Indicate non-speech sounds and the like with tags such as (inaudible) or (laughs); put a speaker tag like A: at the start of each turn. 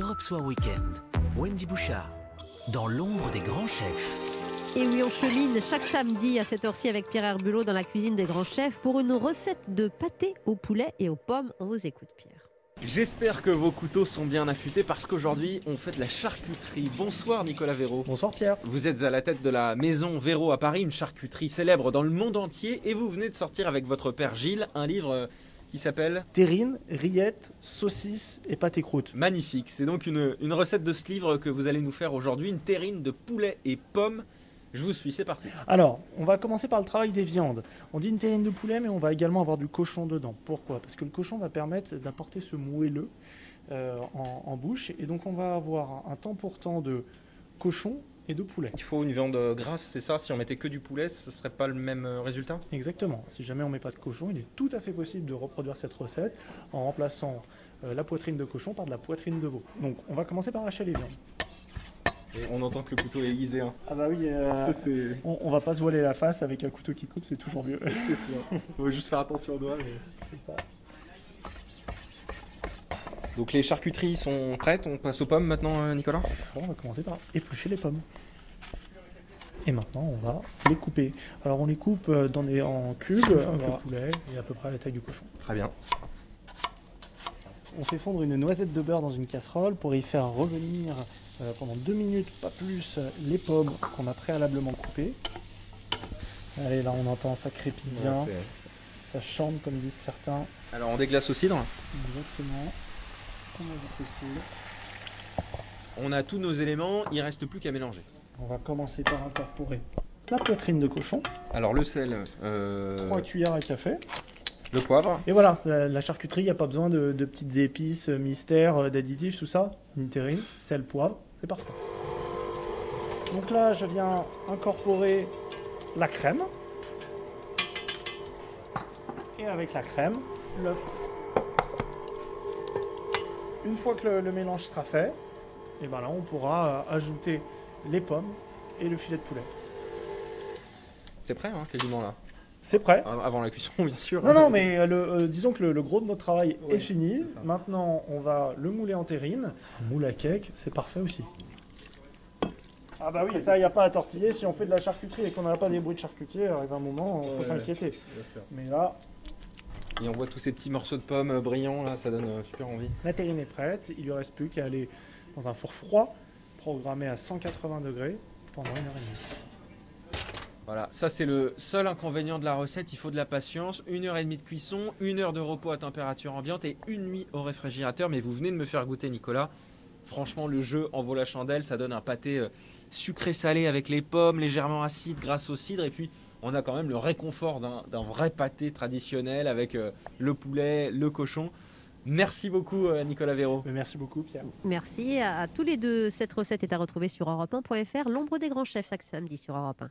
A: Europe Soir Weekend. Wendy Bouchard. Dans l'ombre des grands chefs.
B: Et oui, on chemine chaque samedi à cette heure-ci avec Pierre Herbulot dans la cuisine des grands chefs pour une recette de pâté au poulet et aux pommes. On vous écoute, Pierre.
C: J'espère que vos couteaux sont bien affûtés parce qu'aujourd'hui on fait de la charcuterie. Bonsoir Nicolas Véro.
D: Bonsoir Pierre.
C: Vous êtes à la tête de la maison Véro à Paris, une charcuterie célèbre dans le monde entier et vous venez de sortir avec votre père Gilles un livre euh, qui s'appelle
D: Terrine, rillettes, saucisses et pâté croûte.
C: Magnifique. C'est donc une, une recette de ce livre que vous allez nous faire aujourd'hui, une terrine de poulet et pommes. Je vous suis, c'est parti.
D: Alors, on va commencer par le travail des viandes. On dit une terrine de poulet, mais on va également avoir du cochon dedans. Pourquoi Parce que le cochon va permettre d'apporter ce moelleux euh, en, en bouche. Et donc, on va avoir un temps pour temps de cochon et de poulet.
C: Il faut une viande grasse, c'est ça Si on mettait que du poulet, ce serait pas le même euh, résultat
D: Exactement. Si jamais on met pas de cochon, il est tout à fait possible de reproduire cette recette en remplaçant euh, la poitrine de cochon par de la poitrine de veau. Donc, on va commencer par hacher les viandes.
C: Et on entend que le couteau est aiguisé. hein.
D: Ah bah oui,
C: Ça, c'est.
D: on, on va pas se voiler la face avec un couteau qui coupe, c'est toujours mieux.
C: C'est sûr. Faut juste faire attention aux doigts. Donc les charcuteries sont prêtes, on passe aux pommes maintenant euh, Nicolas
D: Bon, on va commencer par éplucher les pommes. Et maintenant, on va les couper. Alors, on les coupe euh, dans des, en cubes, avec le poulet et à peu près à la taille du cochon.
C: Très bien.
D: On fait fondre une noisette de beurre dans une casserole pour y faire revenir euh, pendant deux minutes, pas plus, les pommes qu'on a préalablement coupées. Allez, là, on entend ça crépite bien, ça chante comme disent certains.
C: Alors on déglace au cidre.
D: Exactement. On ajoute aussi.
C: On a tous nos éléments, il reste plus qu'à mélanger.
D: On va commencer par incorporer la poitrine de cochon,
C: Alors le sel, euh,
D: 3 cuillères à café.
C: le poivre.
D: Et voilà, la, la charcuterie, il n'y a pas besoin de, de petites épices, euh, mystères, euh, d'additifs, tout ça. Une terrine, sel, poivre, c'est parfait. Donc là, je viens incorporer la crème. Et avec la crème, l'œuf. Une fois que le, le mélange sera fait, et ben là, on pourra euh, ajouter les pommes et le filet de poulet.
C: C'est prêt hein, quasiment là.
D: C'est prêt.
C: Av- Avant la cuisson (laughs) bien sûr.
D: Non, non, mais euh, le, euh, disons que le, le gros de notre travail
C: Ouais,
D: est fini.
C: c'est ça.
D: Maintenant, on va le mouler en terrine. Un Moule à cake, c'est parfait aussi. Ah bah oui, ça, il n'y a pas à tortiller. Si on fait de la charcuterie et qu'on n'a pas des bruits de charcutier, arrive un moment, il
C: Ouais,
D: faut s'inquiéter. Mais là,
C: Et on voit tous ces petits morceaux de pommes euh, brillants là, ça donne euh, super envie.
D: la terrine est prête. Il lui reste plus qu'à aller dans un four froid, programmé à 180 degrés, pendant une heure et demie.
C: Voilà, ça c'est le seul inconvénient de la recette, il faut de la patience, une heure et demie de cuisson, une heure de repos à température ambiante et une nuit au réfrigérateur, mais vous venez de me faire goûter Nicolas. Franchement le jeu en vaut la chandelle, ça donne un pâté euh, sucré-salé avec les pommes, légèrement acide grâce au cidre, et puis on a quand même le réconfort d'un d'un vrai pâté traditionnel avec euh, le poulet, le cochon. Merci beaucoup euh, Nicolas Véro.
D: Mais merci beaucoup, Pierre.
B: Merci à, à tous les deux. Cette recette est à retrouver sur europe1.fr. L'ombre des grands chefs chaque samedi sur Europe 1.